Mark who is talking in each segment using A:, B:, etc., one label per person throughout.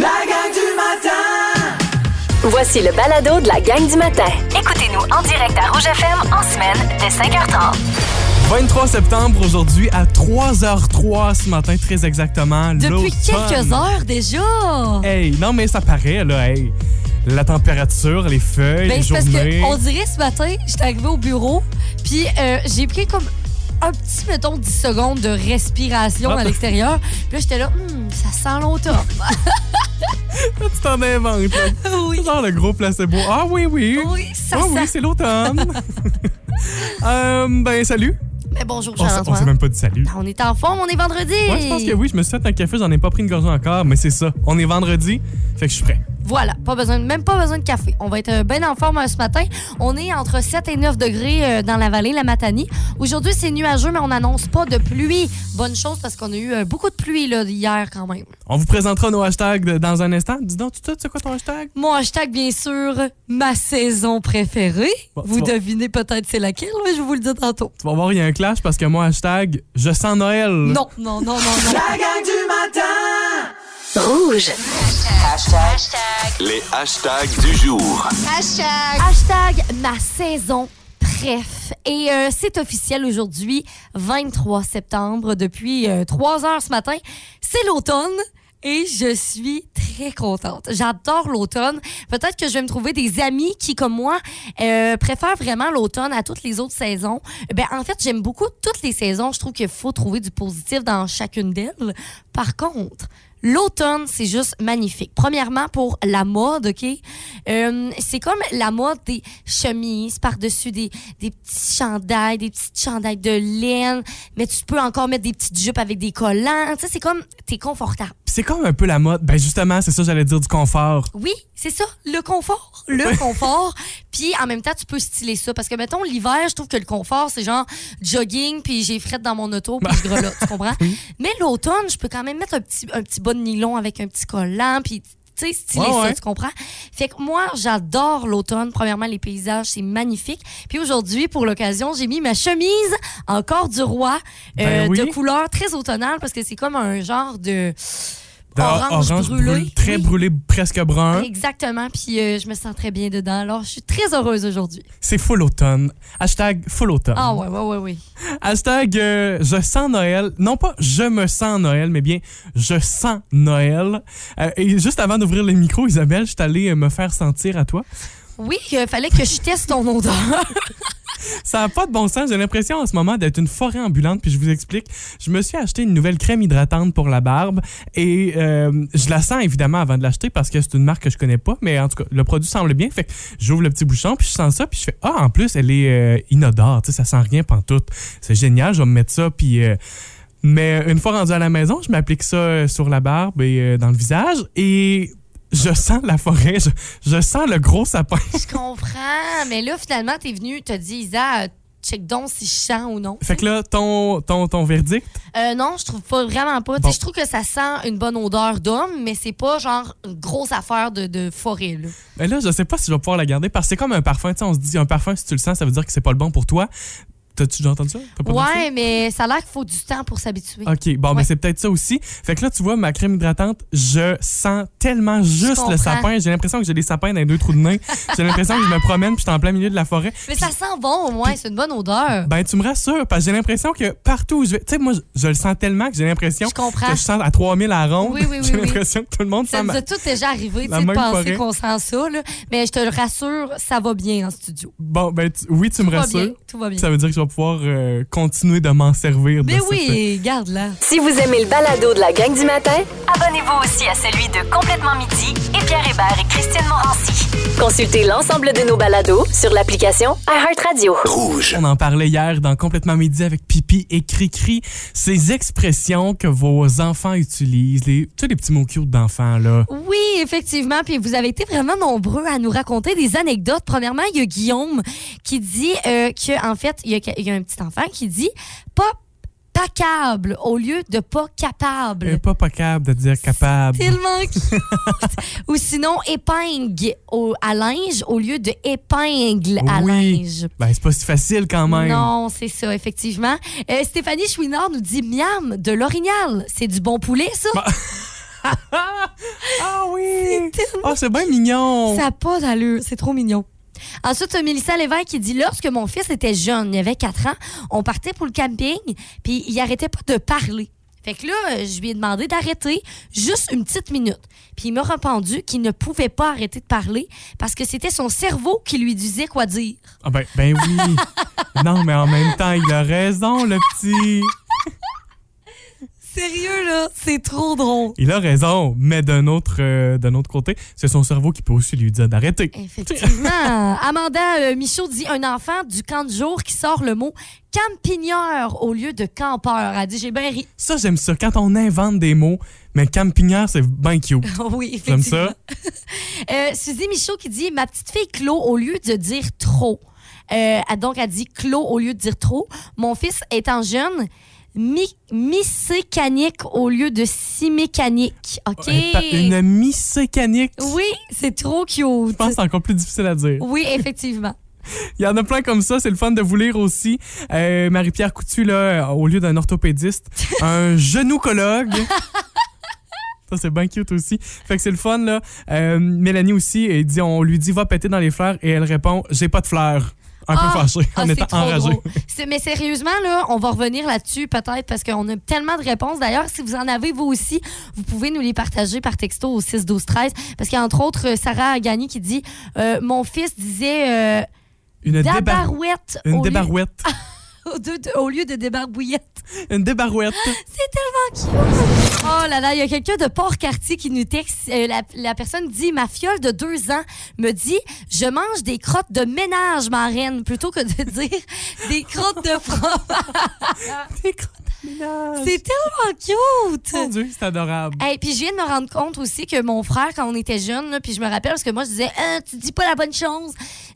A: La gang du matin!
B: Voici le balado de la gang du matin.
C: Écoutez-nous en direct à Rouge FM en semaine dès 5h30.
D: 23 septembre aujourd'hui à 3h03 ce matin très exactement.
E: Depuis
D: l'automne.
E: quelques heures déjà.
D: Hey, non mais ça paraît là, hey. La température, les feuilles, les
E: Ben, c'est parce
D: journées.
E: que on dirait ce matin, j'étais arrivée au bureau, puis euh, j'ai pris comme un petit, mettons, 10 secondes de respiration
D: Ah.
E: à l'extérieur. Puis là, j'étais là, Hmm, ça sent longtemps.
D: Tu t'en inventes. là.
E: oui.
D: Genre le gros placebo. Ah oui, oui.
E: Oui, ça
D: ah
E: sent.
D: oui, c'est l'automne. Euh, ben salut.
E: Mais bonjour,
D: On s'est- on s'est
E: Charles-Antoine.
D: même pas dit salut.
E: On est en forme, on est vendredi.
D: Moi, je pense que oui, je me suis fait un café, j'en ai pas pris une gorgée encore, mais c'est ça. On est vendredi, fait que je suis prêt.
E: Voilà, pas besoin, même pas besoin de café. On va être bien en forme euh, ce matin. On est entre 7 et 9 degrés euh, dans la vallée, la Matanie. Aujourd'hui, c'est nuageux, mais on n'annonce pas de pluie. Bonne chose parce qu'on a eu euh, beaucoup de pluie là, hier quand même.
D: On vous présentera nos hashtags de- dans un instant. Dis donc, tu sais c'est quoi ton hashtag?
E: Mon hashtag, bien sûr, ma saison préférée.
D: Bon, Bah, tu
E: vous
D: vas-
E: devinez peut-être c'est laquelle, mais je vais vous le dis tantôt.
D: Tu vas voir, il y a un clash parce que moi, hashtag, je sens Noël.
E: Non, non, non, non, non.
A: La gang du matin!
B: Rouge.
F: Les hashtags du jour.
E: hashtag ma saison préf. Et euh, c'est officiel aujourd'hui, 23 septembre, depuis euh, 3 heures ce matin. C'est l'automne. Et je suis très contente. J'adore l'automne. Peut-être que je vais me trouver des amis qui, comme moi, euh, préfèrent vraiment l'automne à toutes les autres saisons. Ben, en fait, j'aime beaucoup toutes les saisons. Je trouve qu'il faut trouver du positif dans chacune d'elles. Par contre, l'automne, c'est juste magnifique. Premièrement, pour la mode, OK? Euh, c'est comme la mode des chemises par-dessus des, des petits chandails, des petites chandails de laine, mais tu peux encore mettre des petites jupes avec des collants. Tu sais, c'est comme, t'es confortable.
D: Puis C'est comme un peu la mode. Ben justement, c'est ça j'allais dire du confort.
E: Oui, c'est ça, le confort, le confort. Puis en même temps, tu peux styler ça parce que mettons l'hiver, je trouve que le confort c'est genre jogging puis j'ai frette dans mon auto puis je grelotte, tu comprends Mais l'automne, je peux quand même mettre un petit un petit bas de nylon avec un petit collant puis tu sais, styler
D: Ouais, ouais.
E: ça, tu comprends? Fait que moi, j'adore l'automne. Premièrement, les paysages, c'est magnifique. Puis aujourd'hui, pour l'occasion, j'ai mis ma chemise encore du roi euh,
D: Ben oui.
E: de couleur très automnale parce que c'est comme un genre de
D: De
E: orange, brûlé.
D: brûlé, très
E: Oui.
D: brûlé, presque brun.
E: Exactement, puis euh, je me sens très bien dedans. Alors, je suis très heureuse aujourd'hui.
D: C'est full automne. Hashtag full automne.
E: Ah ouais, ouais, ouais, ouais.
D: Hashtag euh, je sens Noël. Non pas je me sens Noël, mais bien je sens Noël. Euh, et juste avant d'ouvrir les micros, Isabelle, je suis allée euh, me faire sentir à toi.
E: Oui, il fallait que je teste ton odeur.
D: Ça n'a pas de bon sens. J'ai l'impression en ce moment d'être une forêt ambulante. Puis je vous explique. Je me suis acheté une nouvelle crème hydratante pour la barbe. Et euh, je la sens évidemment avant de l'acheter parce que c'est une marque que je connais pas. Mais en tout cas, le produit semble bien. Fait que j'ouvre le petit bouchon. Puis je sens ça. Puis je fais Ah, en plus, elle est euh, inodore. Tu sais, ça sent rien pantoute. C'est génial. Je vais me mettre ça. Puis. euh, mais une fois rendu à la maison, je m'applique ça euh, sur la barbe et euh, dans le visage. Et. Je sens la forêt, je, je sens le gros sapin.
E: je comprends, mais là, finalement, t'es venue, t'as dit, Isa, euh, check donc si je sens ou non.
D: Fait que là, ton, ton, ton verdict,
E: Euh, non, je trouve pas vraiment pas. Tu sais,
D: Bon.
E: Je trouve que ça sent une bonne odeur d'homme, mais c'est pas genre une grosse affaire de, de forêt. Là.
D: Mais là, je sais pas si je vais pouvoir la garder parce que c'est comme un parfum. Tu sais, on se dit un parfum, si tu le sens, ça veut dire que c'est pas le bon pour toi. T'as-tu déjà entendu ça? T'as pas entendu
E: Ouais, mais ça a l'air qu'il faut du temps pour s'habituer.
D: ça? OK, bon, ben
E: Ouais.
D: c'est peut-être ça aussi. Fait que là, tu vois, ma crème hydratante, je sens tellement juste le
E: comprends.
D: sapin. J'ai l'impression que j'ai des sapins dans les deux trous de nez. j'ai l'impression que je me promène puis je suis en plein milieu de la forêt.
E: Mais ça sent bon au moins, c'est une bonne odeur.
D: Ben, tu me rassures parce que j'ai l'impression que partout où je vais. Tu sais, moi, je, je le sens tellement que j'ai l'impression
E: Je comprends.
D: que je sens à 3000 à ronde.
E: Oui, oui, oui,
D: j'ai
E: oui.
D: l'impression que tout le monde
E: Ça
D: sent
E: nous
D: ma-
E: a tout déjà arrivé, tu
D: La
E: sais, de
D: même
E: penser
D: forêt.
E: qu'on sent ça, là. Mais je te le rassure, ça va bien en studio.
D: Bon, ben, tu- oui, tu me
E: Tout va bien,
D: rassures.
E: tout va bien.
D: Ça ben, veut dire que je vais pouvoir euh, continuer de m'en servir. de
E: Mais
D: cette-
E: oui, garde là.
B: Si vous aimez le balado de la gang du matin,
C: Abonnez-vous aussi à celui de Complètement Midi et Pierre Hébert et Christine Morancy.
B: consultez l'ensemble de nos balados sur l'application iHeartRadio.
F: Rouge.
D: On en parlait hier dans Complètement Midi avec Pipi et Cricri. Ces expressions que vos enfants utilisent, les, tu sais, les petits mots cute d'enfants, là.
E: Oui, effectivement. Puis vous avez été vraiment nombreux à nous raconter des anecdotes. Premièrement, il y a Guillaume qui dit euh, que en fait, il y, a, il y a un petit enfant qui dit pas pacable au lieu de pas capable.
D: Elle est Euh, pas capable de dire capable.
E: Tellement cute. Ou sinon, épingle au, à linge au lieu de épingle à
D: Oui.
E: linge.
D: Ben, c'est pas si facile quand même.
E: Non, c'est ça, effectivement. Euh, Stéphanie Chouinard nous dit miam de l'orignal. C'est du bon poulet, ça?
D: Ah Ah, c'est bien mignon.
E: Ça n'a pas d'allure. C'est trop mignon. Ensuite, t'as Mélissa Lévesque qui dit Lorsque mon fils était jeune, il avait 4 ans, on partait pour le camping, puis il arrêtait pas de parler. Fait que là, euh, je lui ai demandé d'arrêter juste une petite minute. Puis il m'a répondu qu'il ne pouvait pas arrêter de parler parce que c'était son cerveau qui lui disait quoi dire.
D: Ah ben, ben oui. non, mais en même temps, il a raison, le petit.
E: Sérieux, là, c'est trop drôle.
D: Il a raison, mais d'un autre, euh, d'un autre côté, c'est son cerveau qui peut aussi lui dire d'arrêter.
E: Effectivement. Amanda euh, Michaud dit un enfant du camp de jour qui sort le mot campigneur au lieu de campeur. Elle dit j'ai bien ri.
D: Ça, j'aime ça. Quand on invente des mots, mais campignaire, c'est bien cute.
E: Oh oui,
D: J'aime
E: effectivement.
D: ça.
E: Euh, Suzy Michaud qui dit Ma petite fille Clo, au lieu de dire trop, euh, a donc a dit Clo au lieu de dire trop. Mon fils étant jeune, mi mécanique au lieu de si mécanique. OK.
D: Une mi-sécanique.
E: Oui, c'est trop
D: Je
E: cute.
D: pense que c'est encore plus difficile à dire.
E: Oui, effectivement.
D: Il y en a plein comme ça, c'est le fun de vous lire aussi. Euh, Marie-Pierre Coutu, là, au lieu d'un orthopédiste, un genoucologue. Ça, c'est bien cute aussi. Fait que c'est le fun, là. Euh, Mélanie aussi, elle dit, on lui dit, va péter dans les fleurs, et elle répond, j'ai pas de fleurs. Un
E: Ah,
D: peu fâchée,
E: Ah,
D: en
E: c'est
D: étant
E: trop
D: enragée.
E: drôle. C'est- Mais sérieusement, là, on va revenir là-dessus peut-être parce qu'on a tellement de réponses. D'ailleurs, si vous en avez vous aussi, vous pouvez nous les partager par texto au 6 12 13 Parce qu'il y a entre autres euh, Sarah Agani qui dit euh, Mon fils disait euh,
D: Une, débar-
E: débarouette
D: une
E: au, lieu-
D: débarouette.
E: au de- de- au lieu de débarbouillette.
D: une débarouette.
E: C'est tellement cute. Oh là là, il y a quelqu'un de Port-Cartier qui nous texte. Euh, la, la personne dit Ma fiole de deux ans me dit Je mange des crottes de ménage, ma reine, plutôt que de dire des crottes de fromage.
D: Des crottes de ménage.
E: C'est tellement
D: Mon
E: cute!
D: Dieu, c'est adorable.
E: Hey, puis je viens de me rendre compte aussi que mon frère, quand on était jeune, là, puis je me rappelle parce que moi, je disais, Hein, tu dis pas la bonne chose.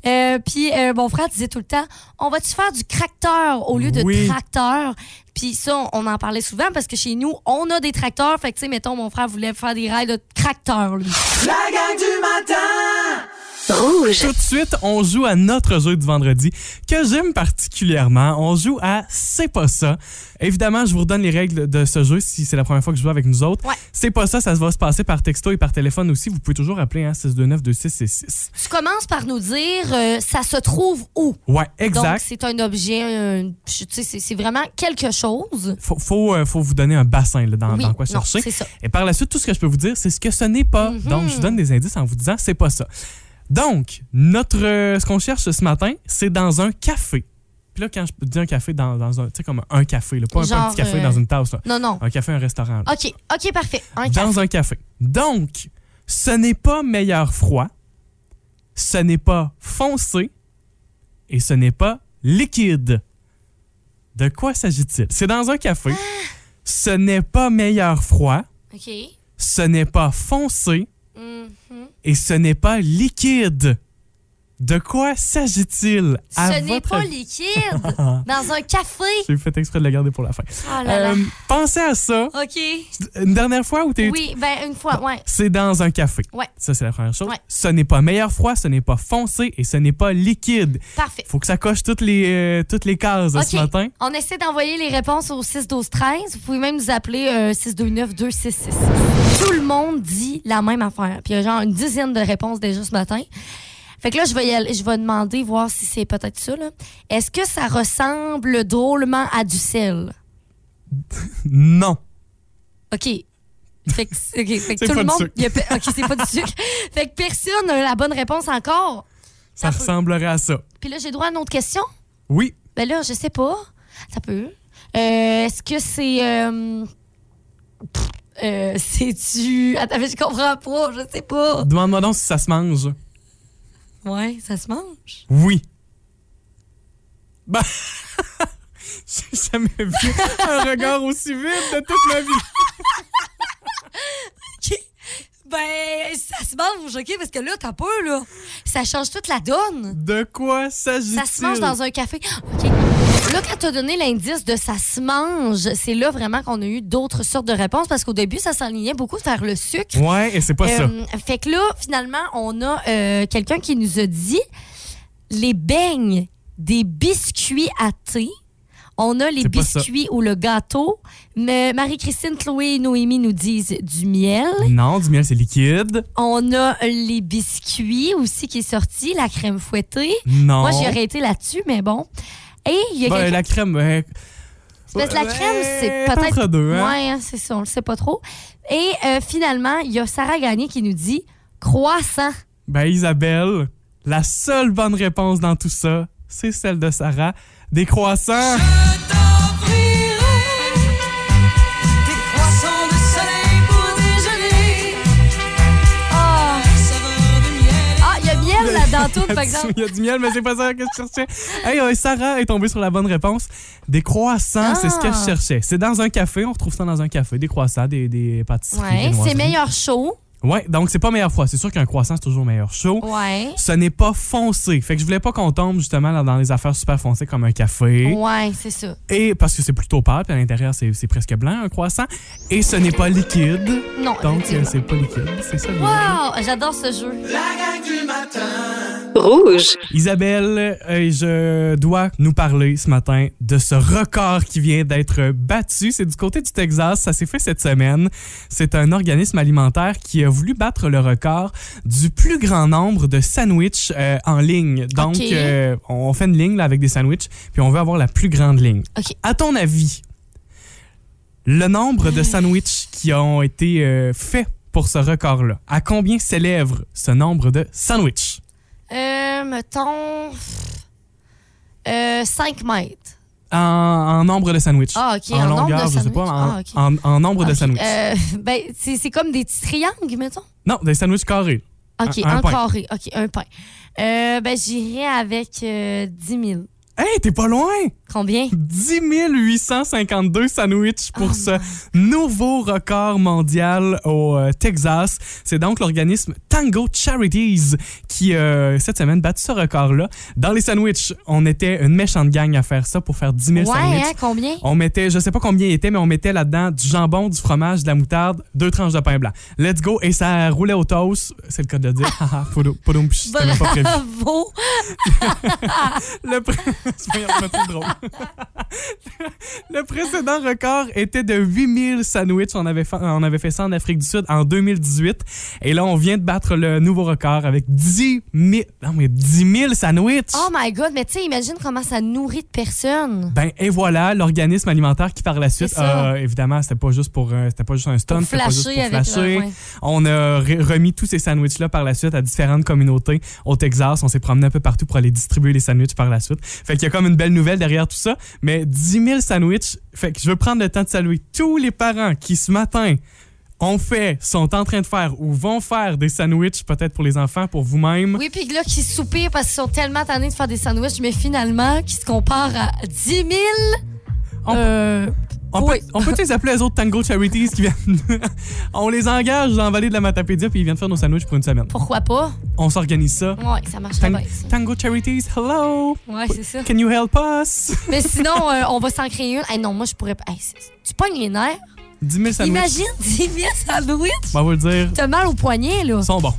E: Euh, puis euh, mon frère disait tout le temps, on va-tu faire du tracteur au lieu de
D: Oui.
E: tracteur? Puis ça, on, on en parlait souvent parce que chez nous, on a des tracteurs. Fait que, tu sais, mettons, mon frère voulait faire des rails de tracteur, lui.
A: La gang du matin!
B: Rouge.
D: Tout de suite, on joue à notre jeu du vendredi que j'aime particulièrement. On joue à C'est pas ça. Évidemment, je vous redonne les règles de ce jeu si c'est la première fois que je joue avec nous autres.
E: Ouais.
D: C'est pas ça, ça va se passer par texto et par téléphone aussi. Vous pouvez toujours appeler hein, 629-2666.
E: Tu commences par nous dire, euh, ça se trouve où?
D: Ouais,
E: Donc,
D: exact.
E: c'est un objet, un- tu sais, c'est c'est vraiment quelque chose.
D: Faut, faut, euh, faut vous donner un bassin là, dans,
E: Oui,
D: dans quoi
E: non,
D: chercher.
E: c'est ça.
D: Et par la suite, tout ce que je peux vous dire, c'est ce que ce n'est pas.
E: Mhm.
D: Donc, je vous donne des indices en vous disant c'est pas ça. Donc, notre, euh, ce qu'on cherche ce matin, c'est dans un café. Puis là, quand je dis un café, dans, dans un, tu sais, comme un café, là, pas un
E: Genre,
D: petit café
E: euh,
D: dans une tasse, là.
E: Non, Ah, non.
D: un café, un restaurant. là.
E: OK, OK, parfait. Un café.
D: dans un café. Donc, ce n'est pas meilleur froid, ce n'est pas foncé et ce n'est pas liquide. De quoi s'agit-il? C'est dans un café.
E: Ah!
D: Ce n'est pas meilleur froid,
E: OK.
D: ce n'est pas foncé
E: Mhm.
D: et ce n'est pas liquide. De quoi s'agit-il? À
E: Ce n'est
D: votre
E: pas
D: avis-
E: liquide. Dans un café.
D: J'ai fait exprès de la garder pour la fin.
E: Oh là là.
D: Euh, pensez à ça
E: OK.
D: une dernière fois ou t'es
E: Oui, ben une fois, ouais.
D: C'est dans un café.
E: Ouais.
D: Ça, c'est la première chose.
E: Ouais.
D: Ce n'est pas meilleur froid, ce n'est pas foncé et ce n'est pas liquide.
E: Parfait.
D: Faut que ça coche toutes les, euh, toutes les cases
E: OK.
D: ce matin.
E: On essaie d'envoyer les réponses au 6 12 13. Vous pouvez même nous appeler euh, 629 2666. Tout le monde dit la même affaire. Puis il y a genre une dizaine de réponses déjà ce matin. Fait que là, je vais, y aller- je vais demander, voir si c'est peut-être ça. là. Est-ce que ça ressemble drôlement à du sel?
D: Non.
E: OK. Fait que, ok, fait que
D: C'est
E: tout
D: pas
E: le
D: du
E: monde.
D: sucre.
E: il y a pe- OK, c'est pas du sucre. Fait que personne n'a la bonne réponse encore.
D: Ça
E: Ça peut-
D: ressemblerait à ça.
E: Puis là, j'ai droit à une autre question.
D: Oui.
E: Ben là, je sais pas. Ça peut. Euh, Est-ce que c'est. euh, pff, euh, C'est-tu. Attends, mais je comprends pas. Je sais pas.
D: Demande-moi donc si ça se mange.
E: Ouais, ça se mange.
D: Oui. Bah. J'ai jamais vu un regard aussi vide de toute ma vie.
E: Ben, ça se mange, OK? Parce que là, t'as pas, là. Ça change toute la donne.
D: De quoi s'agit-il?
E: Ça se mange dans un café. Ah, OK. Là, quand tu as donné l'indice de ça se mange, c'est là vraiment qu'on a eu d'autres sortes de réponses parce qu'au début, ça s'enlignait beaucoup vers le sucre.
D: Ouais, et c'est pas ça.
E: Euh, fait que là, finalement, on a euh, quelqu'un qui nous a dit les beignes des biscuits à thé On a les
D: C'est pas ça.
E: biscuits ou le gâteau. Mais Marie-Christine, Chloé et Noémie nous disent du miel.
D: Non, du miel, c'est liquide.
E: On a les biscuits aussi qui est sorti, la crème fouettée.
D: Non.
E: Moi, j'y aurais été là-dessus, mais bon. Et il y a
D: Oh. Ben,
E: quelqu'un-
D: la crème. euh,
E: Parce que la
D: Ouais,
E: crème, c'est peut-être.
D: entre deux, hein?
E: Ouais, hein, c'est ça, on le sait pas trop. Et euh, finalement, il y a Sarah Gagné qui nous dit croissant.
D: Ben, Isabelle, la seule bonne réponse dans tout ça, c'est celle de Sarah. Des croissants!
A: Des croissants de soleil pour déjeuner. Ah, saveur de miel.
E: Ah, il y a miel là dans tout,
D: Il y
E: par
D: a du-
E: exemple.
D: Il y a du miel, mais c'est pas ça que je cherchais. Hey, euh, Sarah est tombée sur la bonne réponse. Des croissants, c'est ce que je
E: Ah.
D: cherchais. C'est dans un café, on retrouve ça dans un café. Des croissants, des, des pâtisseries.
E: Ouais,
D: des
E: c'est
D: noiseries.
E: meilleur chaud.
D: Ouais, donc c'est pas meilleur froid. C'est sûr qu'un croissant, c'est toujours meilleur chaud.
E: Ouais.
D: Ce n'est pas foncé. Fait que je voulais pas qu'on tombe justement dans- dans les affaires super foncées comme un café.
E: Ouais, c'est ça.
D: Et parce que c'est plutôt pâle, puis à l'intérieur, c'est c'est presque blanc, un croissant. Et ce n'est pas liquide.
E: Non,
D: Donc, euh,
E: effectivement.
D: c'est pas liquide. C'est ça. l'idée.
E: Wow, j'adore ce jeu.
A: La gang du matin.
B: Rouge.
D: Isabelle, euh, je dois nous parler ce matin de ce record qui vient d'être battu. C'est du côté du Texas. Ça s'est fait cette semaine. C'est un organisme alimentaire qui a voulu battre le record du plus grand nombre de sandwichs euh, en ligne. Donc,
E: Ok.
D: euh, on fait une ligne là, avec des sandwichs, puis on veut avoir la plus grande ligne.
E: Ok.
D: À ton avis, le nombre de sandwichs qui ont été euh, faits pour ce record-là, à combien s'élève ce nombre de sandwichs?
E: Euh, mettons. Euh, 5 mètres.
D: En, en nombre de sandwichs.
E: Ah, ok,
D: En,
E: en nombre
D: longueur,
E: de
D: je sais pas.
E: sandwichs.
D: En,
E: Ah, ok.
D: en- en nombre de
E: Ok,
D: sandwichs.
E: euh, ben, c'est c'est comme des petits triangles, mettons.
D: Non, des sandwichs carrés.
E: OK,
D: Un- un
E: un,
D: pain.
E: carré. OK, un pain. Euh, ben, j'irais avec euh, 10 000.
D: Hey, t'es pas loin!
E: Combien?
D: 10 852
E: Ah,
D: sandwichs pour ce nouveau record mondial au euh, Texas. C'est donc l'organisme Tango Charities qui, euh, cette semaine, bat ce record-là. Dans les sandwichs, on était une méchante gang à faire ça pour faire 10 000
E: Ouais,
D: sandwichs.
E: hein, combien?
D: On mettait, je sais pas combien il était, mais on mettait là-dedans du jambon, du fromage, de la moutarde, deux tranches de pain blanc. Let's go! Et ça roulait au toast. C'est le cas de le dire. Haha, poudoum, poudoum, pch, c'était même pas prévu.
E: Bravo!
D: Le, pré- C'est voyons, c'est trop drôle. Le précédent record était de 8000 sandwichs. On avait, fa- on avait fait ça en Afrique du Sud en 2018. Et là, on vient de battre le nouveau record avec 10 000... Non, mais 10 000 sandwichs!
E: Oh my God, mais tu sais, imagine comment ça nourrit de personnes.
D: Ben et voilà l'organisme alimentaire qui par la suite
E: C'est ça.
D: a- évidemment c'était pas juste pour euh, c'était pas juste un stunt
E: Pour
D: c'était pas juste
E: flasher
D: pour
E: avec
D: flasher.
E: leur- ouais.
D: On a re- remis tous ces sandwichs là par la suite à différentes communautés au Texas, on s'est promené un peu partout pour aller distribuer les sandwichs par la suite. Fait qu'il y a comme une belle nouvelle derrière tout ça, mais 10 000 sandwichs, fait que je veux prendre le temps de saluer tous les parents qui ce matin ont fait, sont en train de faire ou vont faire des sandwichs peut-être pour les enfants, pour vous-même.
E: Oui, puis là, qui soupirent parce qu'ils sont tellement tannés de faire des sandwichs, mais finalement, qui se comparent à 10 000.
D: On-
E: Euh,
D: On
E: Oui.
D: peut, on peut les appeler les autres Tango Charities qui viennent. on les engage dans la vallée de la Matapédia puis ils viennent faire nos sandwichs pour une semaine.
E: pourquoi pas?
D: On s'organise ça.
E: Ouais, ça marcherait
D: Tang-
E: bien. ça.
D: Tango Charities, hello!
E: Ouais, c'est ça.
D: Can you help us?
E: Mais sinon, euh, on va s'en créer une. Hey, non, moi, je pourrais. pas- Hey, c'est- tu pognes les nerfs.
D: 10 000 sandwichs.
E: Imagine 10 000 sandwichs.
D: On va vous le dire.
E: T'as mal au poignet, là.
D: Ils sont bons.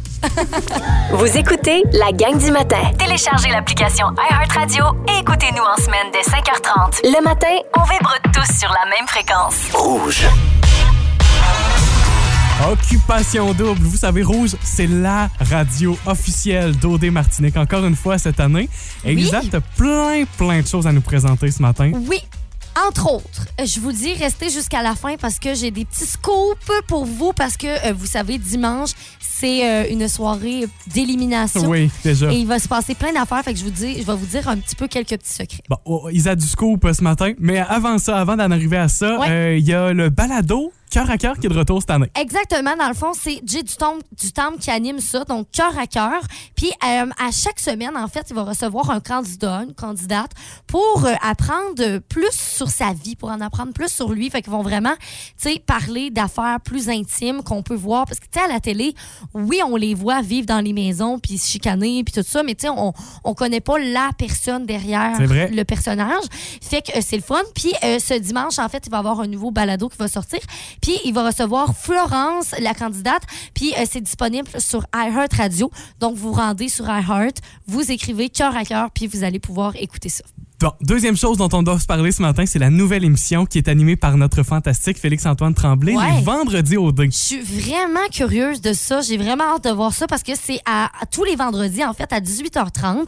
B: Vous écoutez la gang du matin.
C: Téléchargez l'application iHeartRadio et écoutez-nous en semaine dès 5h30.
B: Le matin,
C: On vibre tous sur la même fréquence.
F: Rouge.
D: Occupation double. Vous savez, Rouge, c'est la radio officielle d'OD Martinique, encore une fois cette année. Et
E: Oui.
D: Lisa, t'as plein, plein de choses à nous présenter ce matin.
E: Oui. Entre autres, Euh, je vous dis, restez jusqu'à la fin parce que j'ai des petits scoops pour vous parce que, euh, vous savez, dimanche, c'est euh, une soirée d'élimination.
D: Oui, déjà.
E: Et il va se passer plein d'affaires. Fait que je, vous dis, je vais vous dire un petit peu quelques petits secrets.
D: Bon, oh, Isa du scoop euh, ce matin. Mais avant ça, avant d'en arriver à ça,
E: Ouais.
D: euh, il y a le balado cœur à cœur qui est de retour cette année.
E: Exactement, dans le fond, c'est Jay Dutombe, Dutombe qui anime ça, donc cœur à cœur. Puis euh, à chaque semaine, en fait, il va recevoir un candidat, une candidate, pour euh, apprendre euh, plus sur sa vie, pour en apprendre plus sur lui. Fait qu'ils vont vraiment, tu sais, parler d'affaires plus intimes qu'on peut voir. Parce que, tu sais, à la télé, oui, on les voit vivre dans les maisons, puis se chicaner, puis tout ça, mais tu sais, on, on connaît pas la personne derrière
D: C'est vrai.
E: le personnage. Fait que euh, c'est le fun. Puis euh, ce dimanche, en fait, il va y avoir un nouveau balado qui va sortir. Puis il va recevoir Florence, la candidate. Puis euh, c'est disponible sur iHeart Radio. Donc vous vous rendez sur iHeart, vous écrivez cœur à cœur, puis vous allez pouvoir écouter ça.
D: Bon, deuxième chose dont on doit se parler ce matin, c'est la nouvelle émission qui est animée par notre fantastique Félix-Antoine Tremblay,
E: Ouais.
D: les vendredis au dé.
E: Je suis vraiment curieuse de ça. J'ai vraiment hâte de voir ça parce que c'est à, à tous les vendredis, en fait, à 18h30.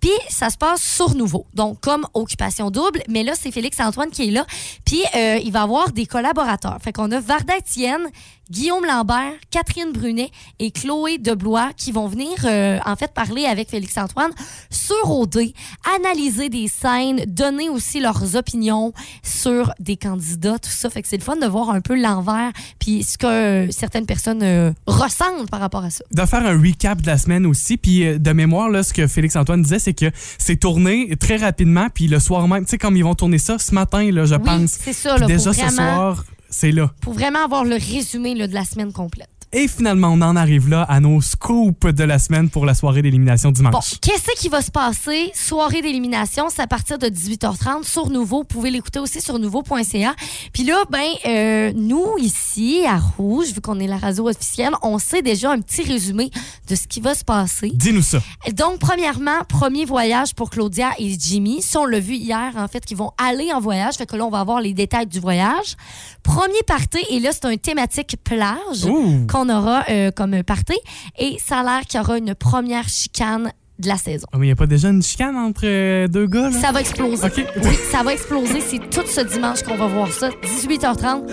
E: Puis ça se passe sur Nouveau, donc comme Occupation Double. Mais là, c'est Félix-Antoine qui est là. Puis euh, il va avoir des collaborateurs. Fait qu'on a Varda Etienne, Guillaume Lambert, Catherine Brunet et Chloé Deblois qui vont venir, euh, en fait, parler avec Félix-Antoine sur OD, analyser des scènes, donner aussi leurs opinions sur des candidats, tout ça. Fait que c'est le fun de voir un peu l'envers puis ce que euh, certaines personnes euh, ressentent par rapport à ça.
D: de faire un recap de la semaine aussi. Puis euh, de mémoire, là, ce que Félix-Antoine disait, c'est que c'est tourné très rapidement. Puis le soir même, tu sais, comme ils vont tourner ça ce matin, là, je
E: Oui,
D: pense.
E: c'est ça,
D: Puis
E: là,
D: déjà
E: faut
D: ce
E: vraiment-
D: soir, c'est là.
E: Pour vraiment avoir le résumé là, de la semaine complète.
D: Et finalement, on en arrive là à nos scoops de la semaine pour la soirée d'élimination
E: Bon,
D: dimanche.
E: qu'est-ce qui va se passer? Soirée d'élimination, c'est à partir de 18h30 sur Nouveau. Vous pouvez l'écouter aussi sur nouveau.ca. Puis là, ben, euh, nous, ici, à Rouge, vu qu'on est la radio officielle, on sait déjà un petit résumé de ce qui va se passer.
D: Dis-nous ça.
E: Donc, premièrement, premier voyage pour Claudia et Jimmy. Ça, on l'a vu hier, en fait, qu'ils vont aller en voyage. Fait que là, on va avoir les détails du voyage. Premier party, et là, c'est un thématique plage
D: Ouh.
E: qu'on aura euh, comme party. Et ça a l'air qu'il y aura une première chicane de la saison.
D: Ah, mais il n'y a pas déjà une chicane entre euh, deux gars, là?
E: Ça va exploser.
D: OK.
E: Oui, ça va exploser. C'est tout ce dimanche qu'on va voir ça. 18h30.
A: La gang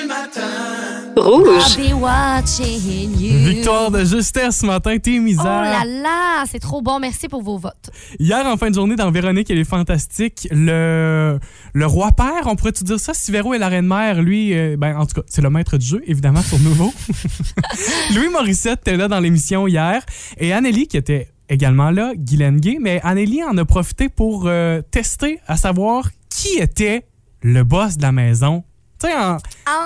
A: du matin.
B: Rouge.
E: I'll be watching you.
D: Victoire de justesse ce matin, t'es
E: Oh
D: misère.
E: là là, c'est trop bon. Merci pour vos votes.
D: Hier, en fin de journée, dans Véronique et les Fantastiques, le, le roi-père, on pourrait-tu dire ça? Si Véro est la reine-mère, lui, euh, ben, en tout cas, c'est le maître du jeu, évidemment, sur Nouveau. Louis Morissette était là dans l'émission hier. Et Anneli, qui était également là, Guylaine Gay, mais Anneli en a profité pour euh, tester à savoir qui était le boss de la maison. Tu sais, en-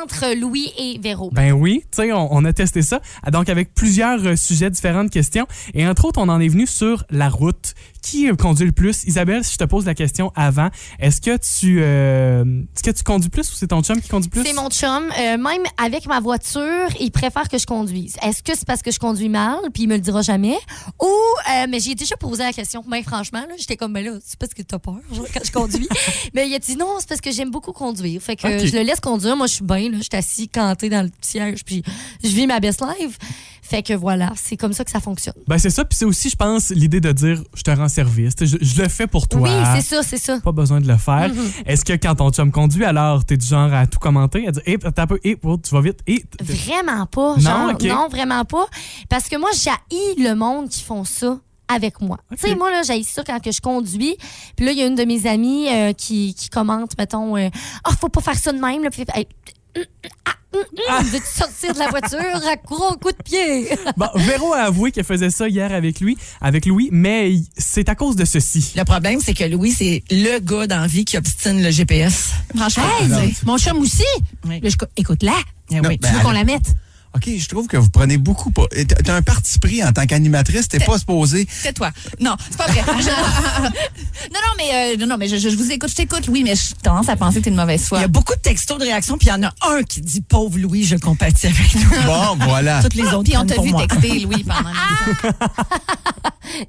E: Entre Louis et Véro.
D: ben oui, tu sais, on, on a testé ça. Ah, Donc, avec plusieurs euh, sujets, différentes questions. Et entre autres, on en est venu sur la route. Qui euh, conduit le plus? Isabelle, si je te pose la question avant, est-ce que tu euh, est-ce que tu conduis plus ou c'est ton chum qui conduit plus?
E: C'est mon chum. Euh, même avec ma voiture, il préfère que je conduise. Est-ce que c'est parce que je conduis mal, puis il me le dira jamais? Ou, euh, mais j'ai déjà posé la question. Mais franchement, là, j'étais comme, ben là, c'est parce que t'as peur genre, quand je conduis. mais il a dit non, c'est parce que j'aime beaucoup conduire. Fait que euh,
D: Ok.
E: je le laisse conduire. Moi, je suis bien, là. Je suis assis canté dans le petit siège, puis je vis ma best life. Fait que voilà, c'est comme ça que ça fonctionne.
D: Ben c'est ça, puis c'est aussi, je pense, l'idée de dire je te rends service. Tu sais, Je, je le fais pour toi.
E: Oui, c'est Mm-hmm. ça, c'est ça.
D: Pas besoin de le faire. Est-ce que quand ton chum conduit, alors t'es du genre à tout commenter, à dire hé, t'as un peu, hé, oh, tu vas vite, hé. t- t-
E: Vraiment pas.
D: Non,
E: Genre,
D: ok.
E: non, vraiment pas. Parce que moi, j'haïs le monde qui font ça avec moi. Tu sais, moi, là, j'haïs ça quand que je conduis. Puis là, il y a une de mes amies euh, qui, qui commente, mettons, euh, Ah, faut pas faire ça de même. Là. Puis, hey, hum, hum, ah, hum, hum, Veux-tu sortir de la voiture à gros coup de pied?
D: Bon, Véro a avoué qu'elle faisait ça hier avec lui, avec Louis, mais il- c'est à cause de ceci.
G: Le problème, c'est que Louis, c'est le gars dans la vie qui obstine le GPS.
H: Franchement, mon chum aussi.
G: Oui.
H: Là, je co- Écoute-la.
G: Eh
I: Non,
G: oui.
H: Tu veux
I: Ben,
H: qu'on
I: elle-
H: la mette?
I: OK, je trouve que vous prenez beaucoup pas. et T'as t'as un parti pris en tant qu'animatrice, t'es pas supposé.
H: Tais-toi. Non, c'est pas vrai. Je- non, non, mais, euh, non, non, mais je, je- je vous écoute, je t'écoute, Louis, mais je tendance à penser que t'es une mauvaise
G: Il
H: foi.
G: y a beaucoup de textos de réaction, puis il y en a un qui dit Pauvre Louis, je compatis avec toi.
I: Bon, voilà.
G: Toutes les autres.
H: Ah, Puis
G: prennent
H: on t'a
G: pour
H: vu
G: moi.
H: texter Louis pendant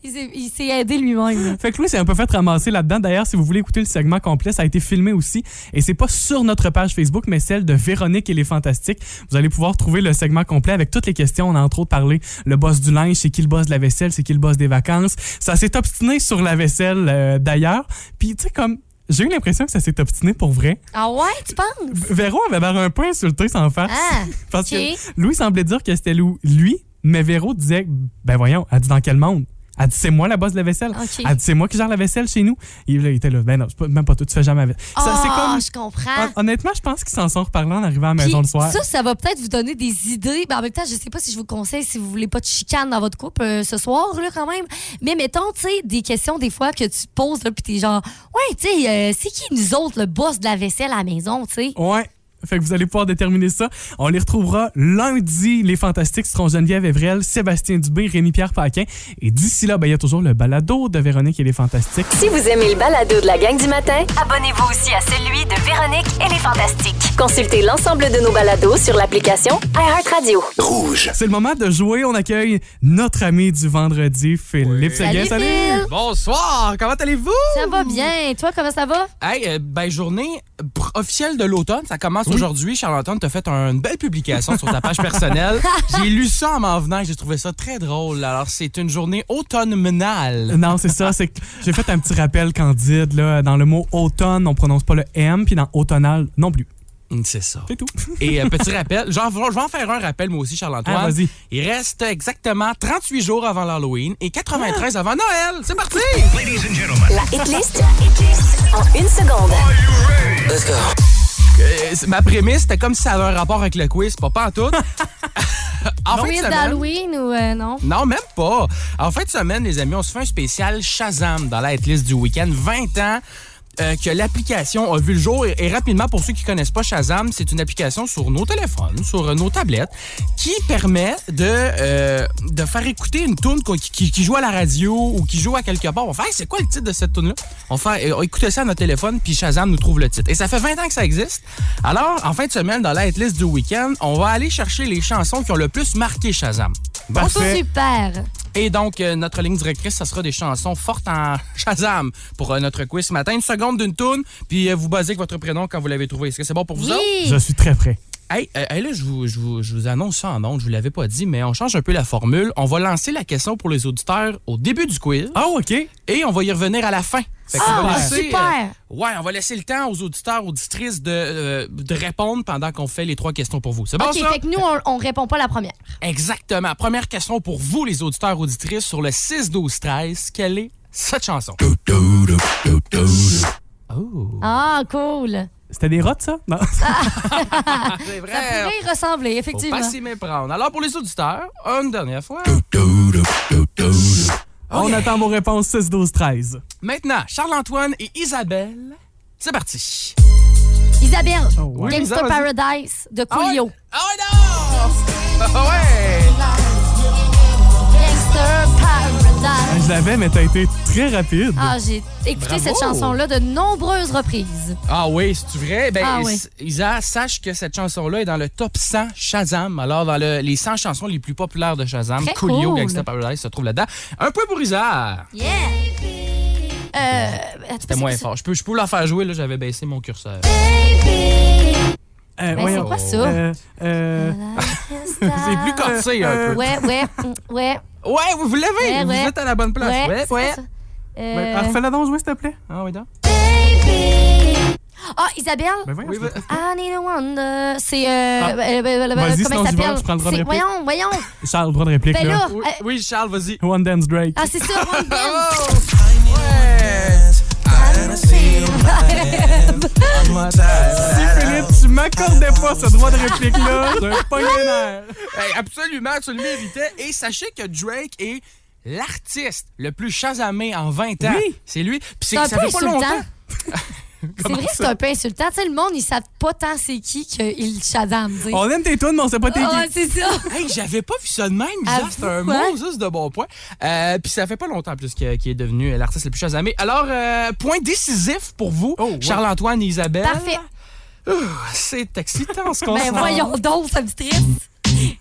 E: Il s'est- il s'est aidé lui-même. là.
D: Fait que Louis s'est un peu fait ramasser là-dedans. D'ailleurs, si vous voulez écouter le segment complet, ça a été filmé aussi. Et c'est pas sur notre page Facebook, mais celle de Véronique et les Fantastiques. Vous allez pouvoir trouver le segment complet avec toutes les questions. On a entre autres parlé le boss du linge, c'est qui le boss de la vaisselle, c'est qui le boss des vacances. Ça s'est obstiné sur la vaisselle euh, d'ailleurs. Puis tu sais, comme. J'ai eu l'impression que ça s'est obstiné pour vrai.
E: Ah ouais, tu penses?
D: V- Véro avait l'air un peu insulté sans face.
E: Ah,
D: parce
E: ok.
D: que Louis semblait dire que c'était Lou- lui, mais Véro disait Ben voyons, elle dit dans quel monde Elle dit C'est moi la boss de la vaisselle.
E: Ok.
D: Elle dit C'est moi qui gère la vaisselle chez nous. Il, là, il était là Ben non, c'est pas- même pas toi, tu fais jamais la vaisselle. Ça, c'est
E: Ah,
D: comme-
E: je comprends.
D: Hon- Honnêtement, je pense qu'ils s'en sont reparlant en arrivant à la maison le
E: Puis
D: soir.
E: Ça, ça va peut-être vous donner des idées. Ben, en même temps, je sais pas si je vous conseille si vous voulez pas de chicane dans votre couple euh, ce soir, là, quand même. Mais mettons, tu sais, des questions des fois que tu poses, là, puis t'es genre, ouais, tu sais, euh, c'est qui nous autres le boss de la vaisselle à la maison, tu sais?
D: Ouais. Fait que vous allez pouvoir déterminer ça. On les retrouvera lundi. Les Fantastiques seront Geneviève Evrel, Sébastien Dubé, Rémi-Pierre Paquin. Et d'ici là, ben, il y a toujours le balado de Véronique et les Fantastiques.
B: Si vous aimez le balado de la gang du matin,
C: Abonnez-vous aussi à celui de Véronique et les Fantastiques.
B: consultez l'ensemble de nos balados sur l'application iHeartRadio.
F: Rouge.
D: C'est le moment de jouer. On accueille notre ami du vendredi, Philippe Séguin.
E: Salut, Phil.
J: Bonsoir, comment allez-vous?
E: Ça va bien. Et toi, comment ça va?
J: Hey, euh, ben journée pr- officielle de l'automne, ça commence aujourd'hui. Charles-Antoine, t'as fait un- une belle publication sur ta page personnelle. J'ai lu ça en m'en venant et j'ai trouvé ça très drôle. Alors, c'est une journée automnale.
D: Non, c'est ça. C'est que j'ai fait un petit rappel candide. Là, dans le mot automne, on prononce pas le M, puis dans automnal non plus.
J: Mm, C'est ça.
D: C'est tout.
J: Et euh, petit rappel, j'en- je vais en faire un rappel moi aussi, Charles-Antoine.
D: Ah, vas-y.
J: Il reste exactement 38 jours avant l'Halloween et 93 avant Noël. C'est parti! Euh,
B: La hit list en une seconde.
J: Euh, c'est- ma prémisse, c'était comme si ça avait un rapport avec le quiz, pas, pas en tout. en fin de
E: Quiz
J: semaine-
E: d'Halloween ou euh, non?
J: Non, même pas. En fin de semaine, les amis, on se fait un spécial Shazam dans la hitlist du week-end. 20 ans euh, que l'application a vu le jour. Et, et rapidement, pour ceux qui connaissent pas Shazam, c'est une application sur nos téléphones, sur euh, nos tablettes, qui permet de, euh, de faire écouter une tune qui, qui- qui joue à la radio ou qui joue à quelque part. On fait, Hey, c'est quoi le titre de cette tune là On fait, euh, on écoutait ça à notre téléphone, puis Shazam nous trouve le titre. Et ça fait 20 ans que ça existe. Alors, en fin de semaine, dans la hitlist du week-end, on va aller chercher les chansons qui ont le plus marqué Shazam. Bon,
D: Parfait.
E: Super.
J: et donc, euh, notre ligne directrice, ça sera des chansons fortes en Shazam pour euh, notre quiz ce matin. Une seconde d'une toune, puis euh, vous basez avec votre prénom quand vous l'avez trouvé. Est-ce que c'est bon pour vous autres?
E: Oui.
D: Je suis très prêt.
J: Hey, euh, hey, là, je vous, je, vous, je vous annonce ça en ondes, je vous l'avais pas dit, mais on change un peu la formule. On va lancer la question pour les auditeurs au début du quiz
D: Ah, OK.
J: et on va y revenir à la fin. Fait qu'on va
E: Ah,
J: laisser,
E: super.
J: euh, ouais, on va laisser le temps aux auditeurs, auditrices de, euh, de répondre pendant qu'on fait les trois questions pour vous. C'est bon
E: OK,
J: ça?
E: fait que nous, on, on répond pas la première.
J: Exactement. Première question pour vous, les auditeurs auditrices, sur le 6-12-13. Quelle est cette chanson? Oh.
E: Ah, cool.
D: C'était des rots, ça? Non.
J: C'est vrai.
E: Ça pourrait y ressembler,
J: Eh, Faut
E: effectivement.
J: pas s'y méprendre. Alors, pour les auditeurs, une dernière fois.
D: On attend vos réponses 6, 12, 13.
J: Maintenant, Charles-Antoine et Isabelle, c'est parti.
E: Isabelle,
D: Oh, ouais.
E: Gangsta
J: Isa, vas-y.
E: Paradise de
J: Ah ouais.
E: Coolio.
J: Ah ouais, non! Ah ouais!
E: Gangsta Paradise.
D: Je l'avais, mais t'as été très rapide. Euh,
E: Ah, j'ai écouté
J: Bravo.
E: cette chanson-là de nombreuses reprises.
J: Ah oui, c'est vrai. Ben,
E: Ah oui.
J: s- Isa, sache que cette chanson-là est dans le top 100 Shazam. Alors, dans le- les 100 chansons les plus populaires de Shazam,
E: Très
J: Coolio,
E: cool.
J: Gangsta Paradise se trouve là-dedans. Un peu pour Isa.
E: Yeah! Euh, tu
J: C'est
E: peux-
J: moins fort. Je peux, je peux la faire jouer, là, j'avais baissé mon curseur.
E: Ah,
D: Euh,
E: Ben,
D: voyons.
E: c'est quoi ça?
D: Euh, euh,
J: C'est plus corsé un
D: Euh,
J: peu.
E: Ouais, ouais, mm, ouais.
J: Ouais, vous, vous l'avez!
E: Ouais,
J: vous
E: ouais.
J: êtes à la bonne place.
E: Ouais,
J: Ouais,
E: c'est
J: ouais.
E: ça.
D: ouais,
E: Euh,
D: ah, Fais-la donc jouer, s'il te plaît.
J: Ah oui, donc.
E: Ah, Isabelle?
D: Ben, voyons,
J: Oui,
D: je-
J: bah-
E: I need a wonder. C'est. Euh,
J: Ah.
E: euh, euh,
D: Vas-y,
E: euh,
D: sinon
E: comment il
D: j'y vais,
E: s'appelle?
D: je prends le droit de
E: C'est-
D: réplique.
E: Voyons, voyons.
D: Charles, droit de réplique.
E: Ben
D: là.
E: là.
J: Oui,
E: euh,
J: oui, Charles, vas-y.
D: One Dance Drake.
E: Ah, c'est ça, One Dance.
J: Oh!
D: si Philippe, tu m'accordais pas ce droit de réplique-là, je pas
J: Hey, absolument, tu le méritais. Et sachez que Drake est l'artiste le plus shazamé en 20 ans.
D: Oui.
J: C'est lui. Puis c'est
E: C'est un
J: que ça
E: peu
J: fait pas longtemps.
E: insultant. C'est vrai, c'est un peu insultant. Tu sais, le monde, ils savent pas tant c'est qui qu'ils shazam. tu sais.
D: On aime tes tunes, mais on sait pas t'es
E: Ah,
D: qui.
E: c'est ça.
J: Hey, j'avais pas vu ça de même.
E: À
J: Isa, C'est
E: vous,
J: un
E: hein?
J: mot juste de bon point. Euh, Puis ça fait pas longtemps plus que- qu'il est devenu euh, l'artiste le plus chasamé. Alors, euh, point décisif pour vous,
D: Oh, ouais.
J: Charles-Antoine et Isabelle.
E: Parfait.
J: C'est excitant ce qu'on
E: Ben
J: sent.
E: voyons donc, ça me stresse.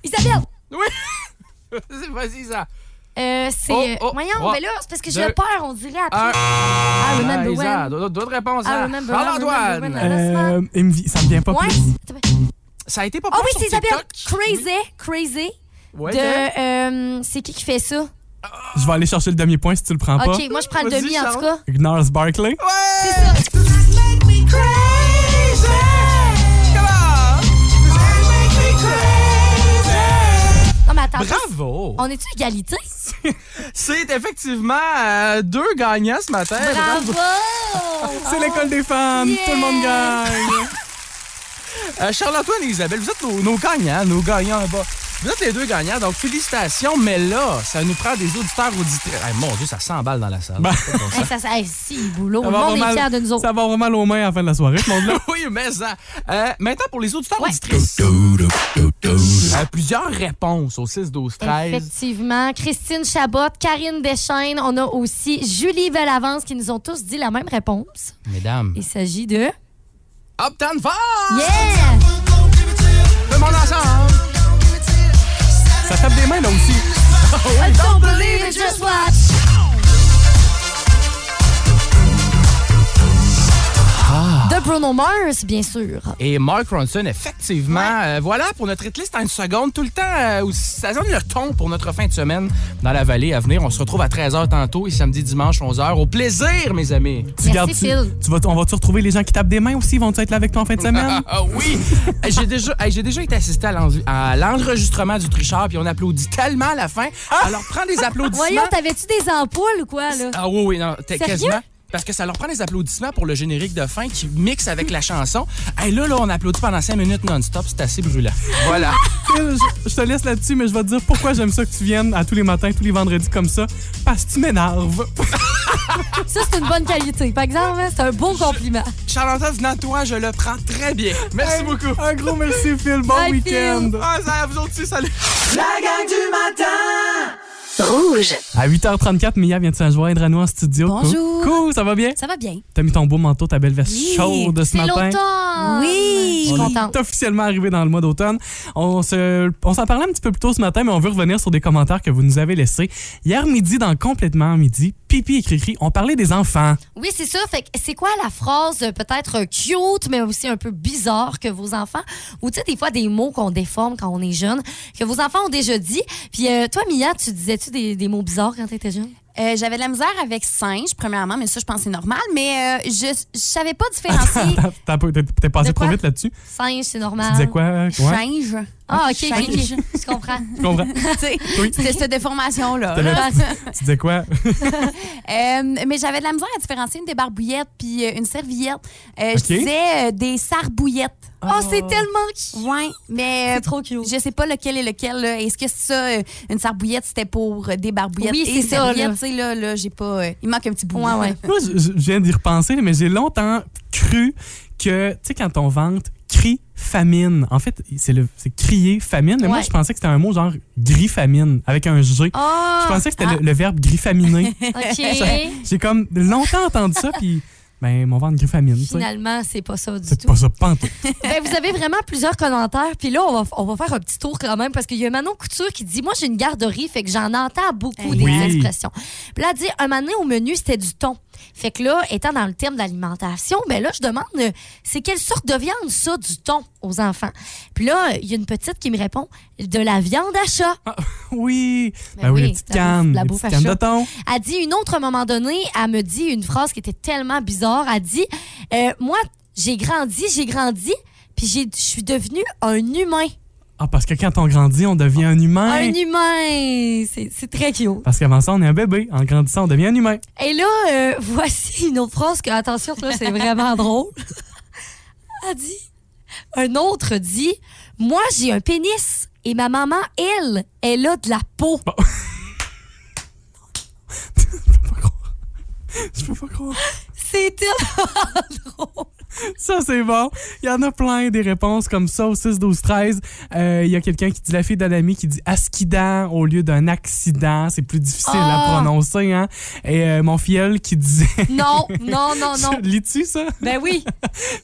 E: Isabelle,
J: Oui. Vas-y, Isa.
E: euh, c'est.
J: Oh, oh,
E: voyons,
J: trois,
E: mais là, c'est parce que
J: deux,
E: j'ai peur, on dirait
J: Un.
E: après. I remember
J: Ah, Isa,
E: when.
J: d'autres- D'autres réponses.
E: I
J: hein?
E: remember when,
J: Charles-Antoine.
E: remember when.
D: Euh, il me vit- ça me vient pas
E: Ouais.
D: plus.
J: Ça a été pas
E: Ah
J: pire
E: oui,
J: sur
E: c'est Isabelle.
J: TikTok.
E: Crazy, crazy.
J: Ouais, hein? Dan.
E: De. euh, c'est qui qui fait ça?
D: Je vais aller chercher le demi-point si tu le prends pas.
E: Ok, moi je prends le
J: Vas-y,
E: demi en tout
J: Charles.
E: cas.
D: Gnarls Barkley.
J: Ah!
E: Non, mais attends,
J: Bravo!
E: on est-tu égalité?
J: C'est effectivement euh, deux gagnants ce matin.
E: Bravo!
D: C'est l'école des femmes. Tout le monde gagne.
J: Euh, Charles-Antoine et Isabelle, vous êtes nos, nos gagnants, nos gagnants en bas. Vous êtes les deux gagnants, donc félicitations, mais là, ça nous prend des auditeurs auditrices. Hey, mon Dieu, ça s'emballe dans la salle.
D: Ben-
J: C'est pas bon, ça.
E: Hey, ça, ça- hey, si, boulot.
D: Ça
E: le
D: va
E: monde
D: avoir
E: est
D: mal-
E: fier de nous autres.
D: Ça va avoir mal aux mains à la fin de la soirée, ce monde-là.
J: oui, mais ça. Euh, maintenant, pour les auditeurs
E: Ouais.
J: auditrices. Euh, plusieurs réponses au 6, 12, 13.
E: Effectivement. Christine Chabot, Karine Deschaines. On a aussi Julie Bellavance qui nous ont tous dit la même réponse.
J: Mesdames.
E: Il s'agit de...
J: Uptown Funk!
E: Yeah!
J: Tout le monde ensemble! Ça tape des mains, là aussi.
E: Don't believe it, just watch. De Bruno Mars, bien sûr.
J: Et Mark Ronson, effectivement. Euh, voilà pour notre hitlist en une seconde. Tout le temps, euh, où ça donne le ton pour notre fin de semaine dans la vallée à venir. On se retrouve à 13h tantôt et samedi, dimanche, 11h. Au plaisir, mes amis!
D: Tu
E: Merci,
D: gardes-tu-
E: Phil.
D: tu vas, on va-tu retrouver les gens qui tapent des mains aussi? Vont-tu être là avec toi en fin de semaine?
J: Ah oui! j'ai déjà, hey, j'ai déjà été assisté à l'en- à l'enregistrement du tricheur, puis on applaudit tellement à la fin. Alors, prends des applaudissements.
E: Ah! Voyons, t'avais-tu des ampoules ou quoi, là?
J: Ah oui, oui, non, t'es
E: Sérieux?
J: quasiment. Parce que ça leur prend des applaudissements pour le générique de fin qui mixe avec la chanson. Et là, là, on applaudit pendant 5 minutes non-stop, c'est assez brûlant. Voilà.
D: Phil, je, je te laisse là-dessus, mais je vais te dire pourquoi j'aime ça que tu viennes à tous les matins, tous les vendredis comme ça. Parce que tu m'énerves.
E: Ça, c'est une bonne qualité. Par exemple, hein, c'est un beau compliment.
J: Charlotte, venant de toi, je le prends très bien. Merci beaucoup.
D: Un gros merci, Phil. Bon
E: Bye,
D: week-end.
E: Phil.
J: Ah, ça, vous autres aussi, salut.
A: La gang du matin
B: Rouge.
D: À 8h34, Mia vient de se joindre à nous en studio.
G: Bonjour.
D: Cool, Cool, ça va bien?
E: Ça va bien.
D: T'as mis ton beau manteau, ta belle veste
G: Oui,
D: chaude ce
E: C'est
D: matin.
E: l'automne.
G: Oui.
E: Je suis
D: On
E: contente.
D: est officiellement arrivé dans le mois d'automne. On se, on s'en parlait un petit peu plus tôt ce matin, mais on veut revenir sur des commentaires que vous nous avez laissés. Hier midi, dans Complètement Midi, Pipi et Cricri, on parlait des enfants.
E: Oui, c'est ça. Fait que c'est quoi la phrase euh, peut-être cute, mais aussi un peu bizarre que vos enfants, ou tu sais, des fois des mots qu'on déforme quand on est jeune, que vos enfants ont déjà dit. Puis euh, toi, Mia, tu disais-tu des, des mots bizarres quand t'étais jeune?
K: Euh, j'avais de la misère avec singe, premièrement, mais ça, je pense que c'est normal. Mais euh, je, je savais pas différencier
D: T'as- t'as pas- T'es t'es
E: De
D: passé
E: quoi?
D: trop
E: Ah.
D: vite là-dessus.
E: Singe,
D: Tu
E: c'est normal.
D: disais quoi? euh, ouais,
K: singe.
E: Ah, OK,
K: Singe.
E: OK, OK. Je comprends.
D: je comprends.
K: Tu sais,
D: Oui.
K: C'était cette déformation-là.
D: T'avais-
K: là.
D: tu disais quoi?
K: Euh, mais j'avais de la misère à différencier une débarbouillette puis euh, une serviette. Euh,
D: OK.
K: Je disais euh, des sarbouillettes.
E: Oh,
D: Ah.
E: c'est tellement cute.
K: Ouais, mais euh,
E: C'est trop cute.
K: je sais pas lequel est lequel. là. Est-ce que ça, euh, une sarbouillette, c'était pour euh, des barbouillettes?
E: Oui,
K: et
E: c'est ça,
K: serviettes,
E: là.
K: tu sais, là, là j'ai pas. euh, il manque un petit bout.
E: Ouais, ouais.
D: Moi, je, je viens d'y repenser, mais j'ai longtemps cru que, tu sais, quand on vante cri famine, en fait, c'est le c'est crier famine, mais moi,
E: Ouais.
D: je pensais que c'était un mot genre gris famine avec un G.
E: Oh,
D: Je pensais que c'était le, le verbe griffaminer.
E: OK.
D: J'ai comme longtemps entendu ça, puis ben, mon ventre griffamine. tu sais.
E: Finalement, c'est pas ça du
D: C'est
E: tout.
D: pas ça, pantoute.
E: Ben, vous avez vraiment plusieurs commentaires. Puis là, on va, on va faire un petit tour quand même parce qu'il y a Manon Couture qui dit Moi, j'ai une garderie, fait que j'en entends beaucoup
D: Oui.
E: des
D: Oui.
E: expressions. Puis là, elle dit Un moment donné, au menu, c'était du thon. Fait que là, étant dans le terme d'alimentation, ben là, je demande euh, C'est quelle sorte de viande, ça, du thon aux enfants Puis là, il y a une petite qui me répond De la viande à chat.
D: Oui.
E: Ben
D: Ben, oui,
E: oui,
D: les petites
E: la bouffe-
D: cannes.
E: la
D: les
E: bouffe
D: petites
E: à
D: cannes de
E: chat.
D: thon.
E: Elle dit une autre à un moment donné, elle me dit une phrase qui était tellement bizarre. Elle dit euh, Moi, j'ai grandi, j'ai grandi, puis j'ai- je suis devenue un humain.
D: Ah, parce que quand on grandit, on devient un humain.
E: Un humain! C'est c'est très cute.
D: Parce qu'avant ça, on est un bébé. En grandissant, on devient un humain.
E: Et là, euh, voici une autre phrase que, attention, là, c'est vraiment drôle. Elle dit Un autre dit Moi, j'ai un pénis. Et ma maman, elle, elle a de la peau.
D: Je peux pas croire.
E: C'est
D: Ça, c'est bon. Il y en a plein des réponses comme ça au 6, 12, 13. Euh, Il y a quelqu'un qui dit la fille d'un ami qui dit asquidant au lieu d'un accident. C'est plus difficile à
E: Ah!
D: prononcer. Hein? Et euh, mon filleul qui disait.
E: Non, non, non, Oh non.
D: Lis-tu ça?
E: Ben oui.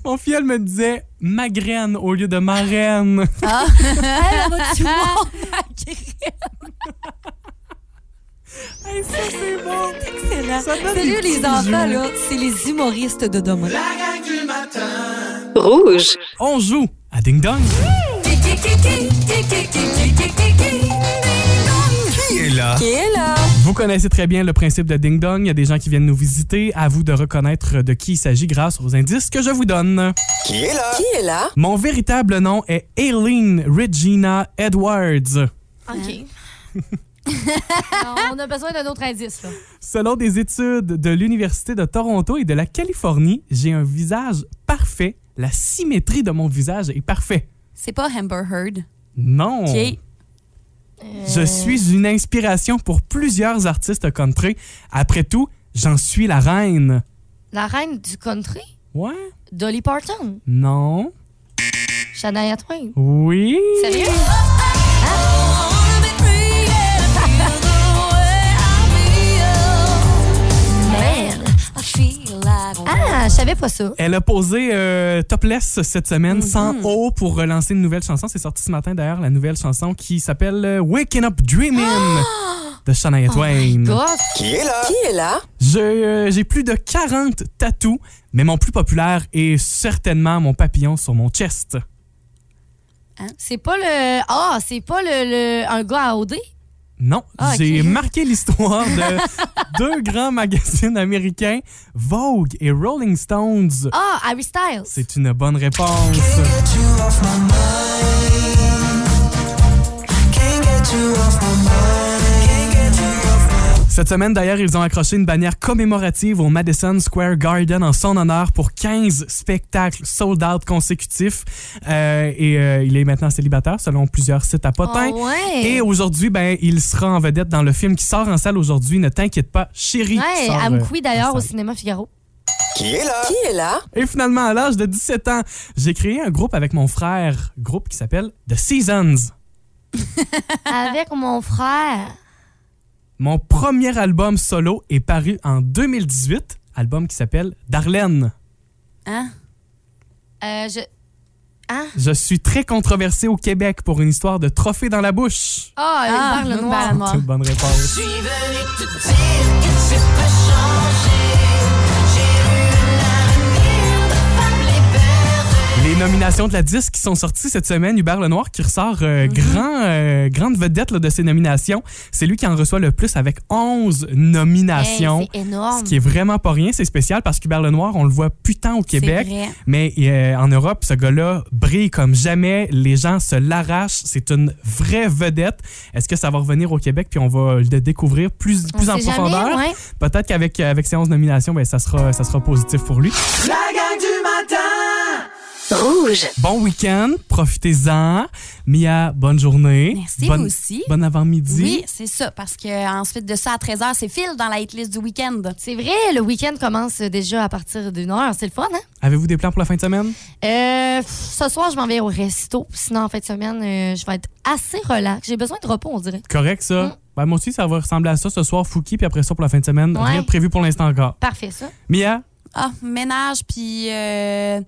D: Mon filleul me disait ma graine au lieu de ma reine.
E: Ah. Elle, elle va tuer
D: Hey, ça, c'est bon.
E: Excellent.
D: Ça donne
E: Sérieux,
D: des petits
E: les enfants,
D: jeux.
E: là, c'est les humoristes de demain.
A: La gang du matin
B: Rouge.
D: On joue à Ding Dong.
I: Qui est là?
D: Vous connaissez très bien le principe de Ding Dong. Il y a des gens qui viennent nous visiter. À vous de reconnaître de qui il s'agit grâce aux indices que je vous donne.
F: Qui est là?
A: Qui est là
D: Mon véritable nom est Aileen Regina Edwards.
E: OK. Ah. on a besoin d'un autre indice, là.
D: Selon des études de l'Université de Toronto et de la Californie, j'ai un visage parfait. La symétrie de mon visage est parfaite.
K: C'est pas Amber Heard.
D: Non.
K: OK.
D: Je suis une inspiration pour plusieurs artistes country. Après tout, j'en suis la reine.
E: La reine du country?
D: Ouais?
E: Dolly Parton?
D: Non?
E: Shania Twain?
D: Oui?
E: Sérieux? Ah, je savais pas ça.
D: Elle a posé euh, Topless cette semaine, sans haut, pour relancer une nouvelle chanson. C'est sorti ce matin d'ailleurs, la nouvelle chanson qui s'appelle euh, Waking Up Dreaming de Shania Twain.
F: Qui est là?
L: Qui est là?
D: Je, euh, J'ai plus de 40 tatous, mais mon plus populaire est certainement mon papillon sur mon chest.
E: Hein? C'est pas le. Ah, c'est pas le, le- un gars à OD?
D: Non,
E: Ah, ok.
D: j'ai marqué l'histoire de deux grands magazines américains, Vogue et Rolling Stones.
E: Ah, Harry Styles.
D: C'est une bonne réponse. Cette semaine, d'ailleurs, ils ont accroché une bannière commémorative au Madison Square Garden en son honneur pour 15 spectacles sold out consécutifs. Euh, et euh, il est maintenant célibataire, selon plusieurs sites à potins.
E: Ah ouais.
D: Et aujourd'hui, ben, il sera en vedette dans le film qui sort en salle aujourd'hui. Ne t'inquiète pas, chérie. qui
E: Ouais,
D: sort, euh,
E: Amkoui d'ailleurs au cinéma Figaro.
D: qui est
L: Qui est là?
D: Et finalement, à l'âge de 17 ans, j'ai créé un groupe avec mon frère, groupe qui s'appelle The Seasons.
E: Avec mon frère.
D: Mon premier album solo est paru en 2018, album qui s'appelle Darlene.
E: Hein? Euh, je. Hein?
D: Je suis très controversé au Québec pour une histoire de trophée dans la bouche.
E: Ah,
A: Ah,
E: une barre le
A: une
E: noir.
A: barre
D: Bah, C'est une bonne réponse.
A: suis venu te dire que tu peux changer. J'ai vu l'avenir de femmes libérées.
D: Les nominations de la disque qui sont sorties cette semaine, Hubert Lenoir qui ressort euh,
E: Mm-hmm.
D: grand, euh, grande vedette là, de ces nominations. C'est lui qui en reçoit le plus avec 11 nominations.
E: Hey, c'est énorme.
D: Ce qui est vraiment pas rien, c'est spécial parce qu'Hubert Lenoir, on le voit putain au Québec.
E: vrai.
D: Mais euh, en Europe, ce gars-là brille comme jamais. Les gens se l'arrachent. C'est une vraie vedette. Est-ce que ça va revenir au Québec? Puis on va le découvrir plus,
A: On
D: plus en
A: sait jamais,
D: profondeur.
K: Eh
A: ouais.
D: Peut-être qu'avec euh, avec ces 11 nominations, ben, ça, sera, ça sera positif pour lui.
A: La gang du matin.
D: Rouge. Bon week-end, profitez-en. Mia, bonne journée.
K: Merci,
D: bonne,
K: vous aussi.
D: Bon avant-midi.
K: Oui, c'est ça, parce que ensuite de ça à 13h, c'est fil dans la hit list du week-end.
E: C'est vrai, le week-end commence déjà à partir d'une heure. C'est le fun, hein?
D: Avez-vous des plans pour la fin de semaine?
E: Euh, pff, ce soir, je m'en vais au resto. Sinon, en fin de semaine, euh, je vais être assez relax. J'ai besoin de repos, on dirait.
D: Correct, ça?
K: Mm.
D: Ben, moi aussi, ça va ressembler à ça ce soir, Fouki, puis après ça pour la fin de semaine.
K: Ouais.
D: Rien de prévu pour l'instant encore.
E: Parfait, ça.
D: Mia,
K: Ah, ménage, puis euh,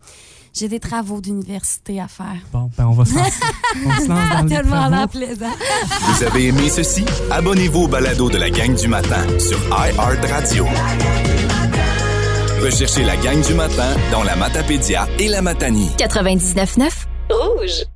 K: j'ai des travaux d'université à faire.
D: bon, ben, on va se lancer. on se lance dans les
K: Tellement
D: travaux.
K: l'air plaisant.
F: Vous avez aimé ceci? Abonnez-vous au balado de la gang du matin sur iHeartRadio. Recherchez la gang du matin dans la Matapédia et la Matanie.
B: 99.9 Rouge.